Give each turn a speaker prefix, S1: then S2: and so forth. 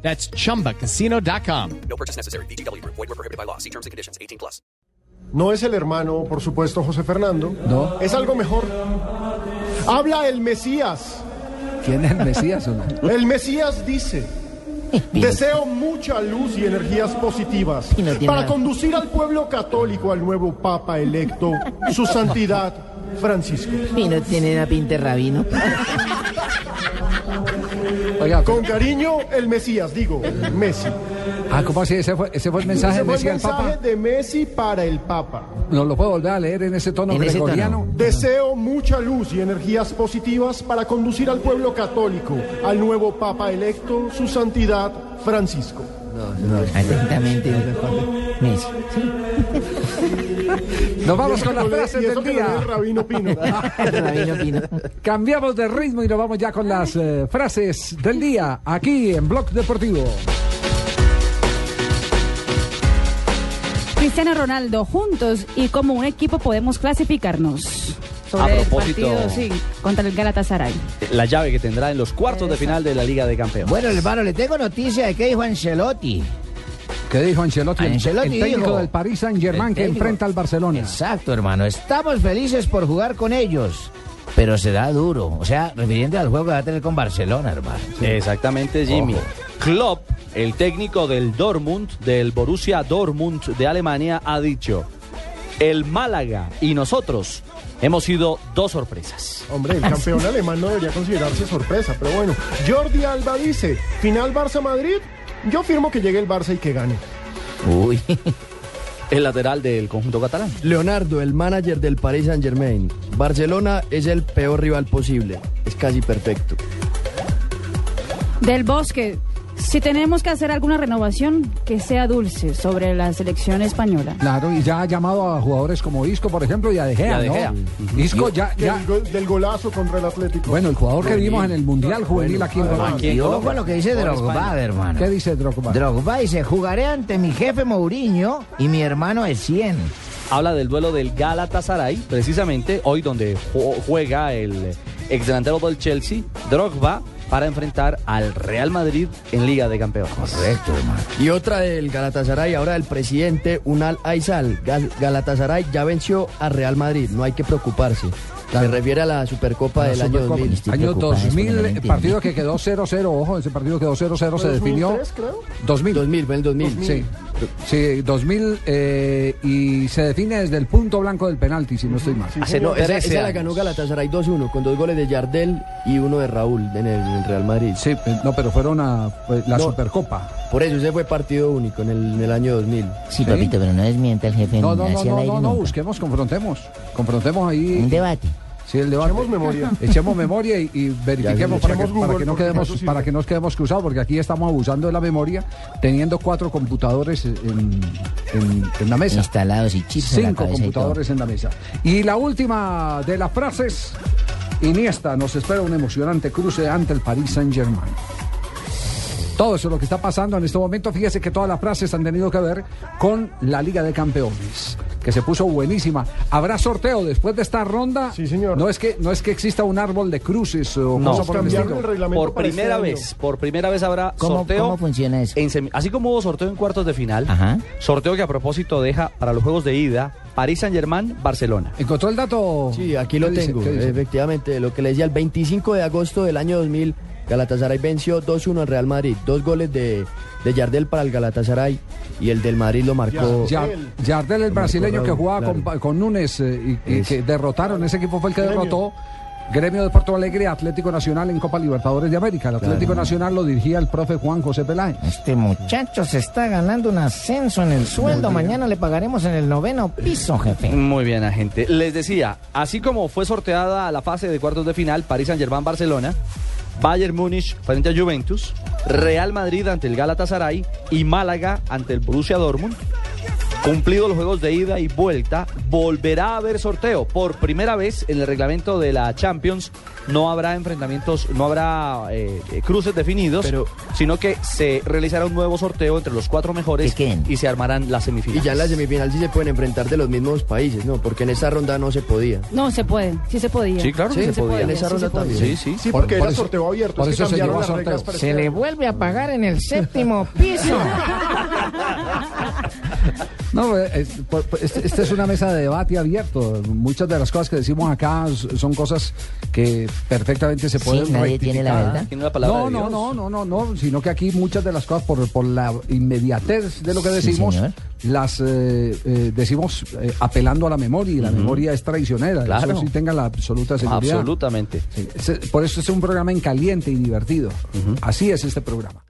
S1: That's chumbacasino.com.
S2: No purchase necessary. BGW. Void were prohibited by law. See terms and conditions. 18 plus.
S3: No es el hermano, por supuesto, José Fernando.
S4: No.
S3: Es algo mejor. Habla el Mesías.
S4: ¿Quién es el Mesías o no?
S3: El Mesías dice. Deseo mucha luz y energías positivas
S5: Y no tiene
S3: para
S5: nada.
S3: conducir al pueblo católico al nuevo Papa electo, su santidad Francisco.
S5: Y no tiene una pinta de rabino.
S4: Oiga,
S3: Con cariño, el Mesías, digo, Messi.
S4: ah, ¿cómo así? ¿Ese fue, ese fue el mensaje
S3: Ese
S4: del
S3: fue el
S4: Mesías al
S3: mensaje
S4: Papa?
S3: de Messi para el Papa.
S4: ¿No lo puedo volver a leer en ese tono
S5: En ese
S4: gregoriano?
S3: Deseo mucha luz y energías positivas para conducir al pueblo católico al nuevo Papa electo, su santidad Francisco.
S5: Atentamente. no recuerdo. Messi. Sí.
S4: Nos vamos con
S3: Yo
S4: las
S3: le-
S4: frases
S3: y eso
S4: del
S3: que lo lee el
S4: día.
S3: Rabino Pino.
S5: Rabino Pino.
S4: Cambiamos de ritmo y nos vamos ya con las eh, frases del día aquí en Blog Deportivo.
S6: Cristiano Ronaldo, juntos y como un equipo podemos clasificarnos. Sobre
S7: A
S6: el
S7: propósito.
S6: partido, sí, contra el Galatasaray.
S7: la llave que tendrá en los cuartos de final de la Liga de Campeones.
S8: Bueno, hermano, le tengo noticia de que dijo Ancelotti.
S4: ¿Qué dijo Ancelotti? El-
S8: Ancelotti
S4: el técnico
S8: dijo-
S4: del Paris Saint-Germain
S8: el
S4: que
S8: técnico.
S4: enfrenta al Barcelona.
S8: Exacto, hermano. Estamos felices por jugar con ellos, pero será duro. O sea, refiriendo al juego que va a tener con Barcelona, hermano.
S7: Exactamente, Jimmy.
S8: Ojo.
S7: Klopp, el técnico del Dortmund, del Borussia Dortmund de Alemania, ha dicho: el Málaga y nosotros hemos sido dos sorpresas.
S3: Hombre, el campeón alemán no debería considerarse sorpresa, pero bueno. Jordi Alba dice, final Barça-Madrid, yo firmo que llegue el Barça y que gane.
S8: Uy.
S7: El lateral del conjunto catalán.
S9: Leonardo, el manager del Paris Saint Germain. Barcelona es el peor rival posible. Es casi perfecto.
S6: Del Bosque, si tenemos que hacer alguna renovación, que sea dulce sobre la selección española.
S4: Claro, y ya ha llamado a jugadores como Isco, por ejemplo, y a De Gea,
S7: Y a De
S4: ¿no?
S7: Gea.
S4: Isco ya, ya...
S3: Del, go- del golazo contra el Atlético.
S4: Bueno, el jugador que vimos en el Mundial Juvenil aquí en Colombia.
S7: ¿Quién
S8: Y ojo
S7: coloca?
S8: a lo que dice
S7: Por
S8: Drogba,
S7: España.
S8: hermano.
S4: ¿Qué dice Drogba?
S8: Drogba dice, jugaré ante mi jefe Mourinho y mi hermano Essien.
S7: Habla del duelo del Galatasaray, precisamente hoy donde ju- juega el exdelantero del Chelsea, Drogba, para enfrentar al Real Madrid en Liga de Campeones.
S8: Correcto, hermano.
S9: Y otra del Galatasaray, ahora del presidente Unal Aizal. Gal- Galatasaray ya venció a Real Madrid, no hay que preocuparse. Se refiere a la Supercopa del año 2000.
S8: Estoy
S4: Año
S8: preocupado, es porque no
S4: 2000,
S8: lo
S4: eh,
S8: entiendo.
S4: partido que quedó 0-0, ojo, ese partido quedó 0-0, se definió
S3: 2003, creo.
S4: 2000.
S9: 2000, fue el 2000.
S4: Sí, sí, 2000 eh, y se define desde el punto blanco del penalti, si no estoy mal.
S9: Ah, no, esa, esa la ganó Galatasaray 2-1 con dos goles de Yardel y uno de Raúl en el, en el Real Madrid.
S4: Sí, eh, no, pero fueron a pues, la
S9: No.
S4: Supercopa.
S9: Por eso ese fue partido único en el, en el año 2000.
S8: Sí, papito, pero no desmienta el jefe
S4: No,
S8: no,
S4: no, no,
S8: hacia el
S4: no,
S8: aire
S4: no, no,
S8: nunca.
S4: busquemos, confrontemos. Confrontemos
S8: Un
S4: ahí.
S8: debate.
S4: Sí, el debate.
S3: Echemos memoria.
S4: Echemos memoria y, y verifiquemos
S3: Ya,
S4: para, que,
S3: echemos Google,
S4: para que no
S3: porque
S4: quedemos,
S3: eso sirve.
S4: para que nos quedemos cruzados, porque aquí estamos abusando de la memoria, teniendo cuatro computadores en, en- en la mesa.
S8: Instalados y chips en la
S4: Cinco
S8: cabeza y todo.
S4: computadores en la mesa. Y la última de las frases, Iniesta nos espera un emocionante cruce ante el Paris Saint Germain. Todo eso es lo que está pasando en este momento. Fíjese que todas las frases han tenido que ver con la Liga de Campeones, que se puso buenísima. Habrá sorteo después de esta ronda.
S3: Sí, señor.
S4: No es que no es que exista un árbol de cruces o
S7: No.
S4: cosa por el
S3: Cambiaron
S4: estilo.
S3: el reglamento
S7: Por
S3: para este
S7: primera
S3: año.
S7: vez, por primera vez habrá
S8: ¿Cómo-
S7: sorteo. Eh.
S8: cómo funciona eso?
S7: en semi- así como hubo sorteo en cuartos de final,
S8: Ajá.
S7: sorteo que a propósito deja para los juegos de ida París Saint Germain, Barcelona.
S4: ¿Encontró el dato?
S9: Sí, aquí lo
S4: ¿Qué dice?
S9: tengo. eh,
S4: ¿Qué dice?
S9: Efectivamente, lo que le decía, el 25 de agosto del año 2000, Galatasaray venció 2-1 al Real Madrid. Dos goles de, de Yardel para el Galatasaray y el del Madrid lo marcó.
S4: Ya-
S3: Él.
S4: Yardel, el brasileño que
S9: Raúl,
S4: jugaba
S9: claro.
S4: con, pa- con Nunes eh, y, y
S9: Es.
S4: que derrotaron, ese equipo fue el que
S3: Gremio.
S4: derrotó. Gremio de Porto Alegre, Atlético Nacional en Copa Libertadores de América. El Atlético Nacional lo dirigía el profe Juan José Peláez.
S8: Este muchacho se está ganando un ascenso en el sueldo. Mañana le pagaremos en el noveno piso, jefe.
S7: Muy bien, agente. Les decía, así como fue sorteada la fase de cuartos de final, París Saint Germain, Barcelona, Bayern Múnich frente a Juventus, Real Madrid ante el Galatasaray y Málaga ante el Borussia Dortmund. Cumplidos los juegos de ida y vuelta, volverá a haber sorteo. Por primera vez en el reglamento de la Champions no habrá enfrentamientos, no habrá eh, eh, cruces definidos,
S9: Pero-
S7: sino que se realizará un nuevo sorteo entre los cuatro mejores
S8: ¿De quién?
S7: y se armarán las semifinales.
S9: Y ya en la semifinal sí se pueden enfrentar de los mismos países, ¿no? Porque en esa ronda no se podía.
S6: No, se puede, sí se podía.
S7: Sí, claro que
S9: Sí,
S7: se
S9: se
S7: podía.
S9: podía, en esa
S6: sí se
S9: ronda
S6: podía.
S9: también.
S7: Sí, sí.
S3: Sí,
S4: Por-
S3: porque
S4: por
S3: era
S4: eso-
S3: sorteo abierto.
S4: por
S3: es que
S4: eso se
S3: cambiaron
S4: llevó a
S3: las reglas
S4: sorteo.
S3: para
S8: Se
S3: este
S8: le
S3: año.
S8: vuelve a pagar en el séptimo piso.
S4: No, eh, es- por- por- este- esta es una mesa de debate abierto. Muchas de las cosas que decimos acá s- son cosas que perfectamente se
S8: Sí,
S4: pueden
S8: nadie tiene la
S4: rectificar.
S8: verdad.
S7: Tiene la palabra
S4: no,
S7: de
S4: no,
S7: Dios.
S4: no, no, no, no, sino que aquí muchas de las cosas por, por la inmediatez de lo que
S8: Sí,
S4: decimos
S8: señor.
S4: las eh, eh, decimos eh, apelando a la memoria y la memoria es traicionera.
S7: Claro.
S4: Eso sí tenga la absoluta seguridad.
S7: Absolutamente.
S4: Sí, ese- Por eso es un programa en caliente y divertido. Así es este programa.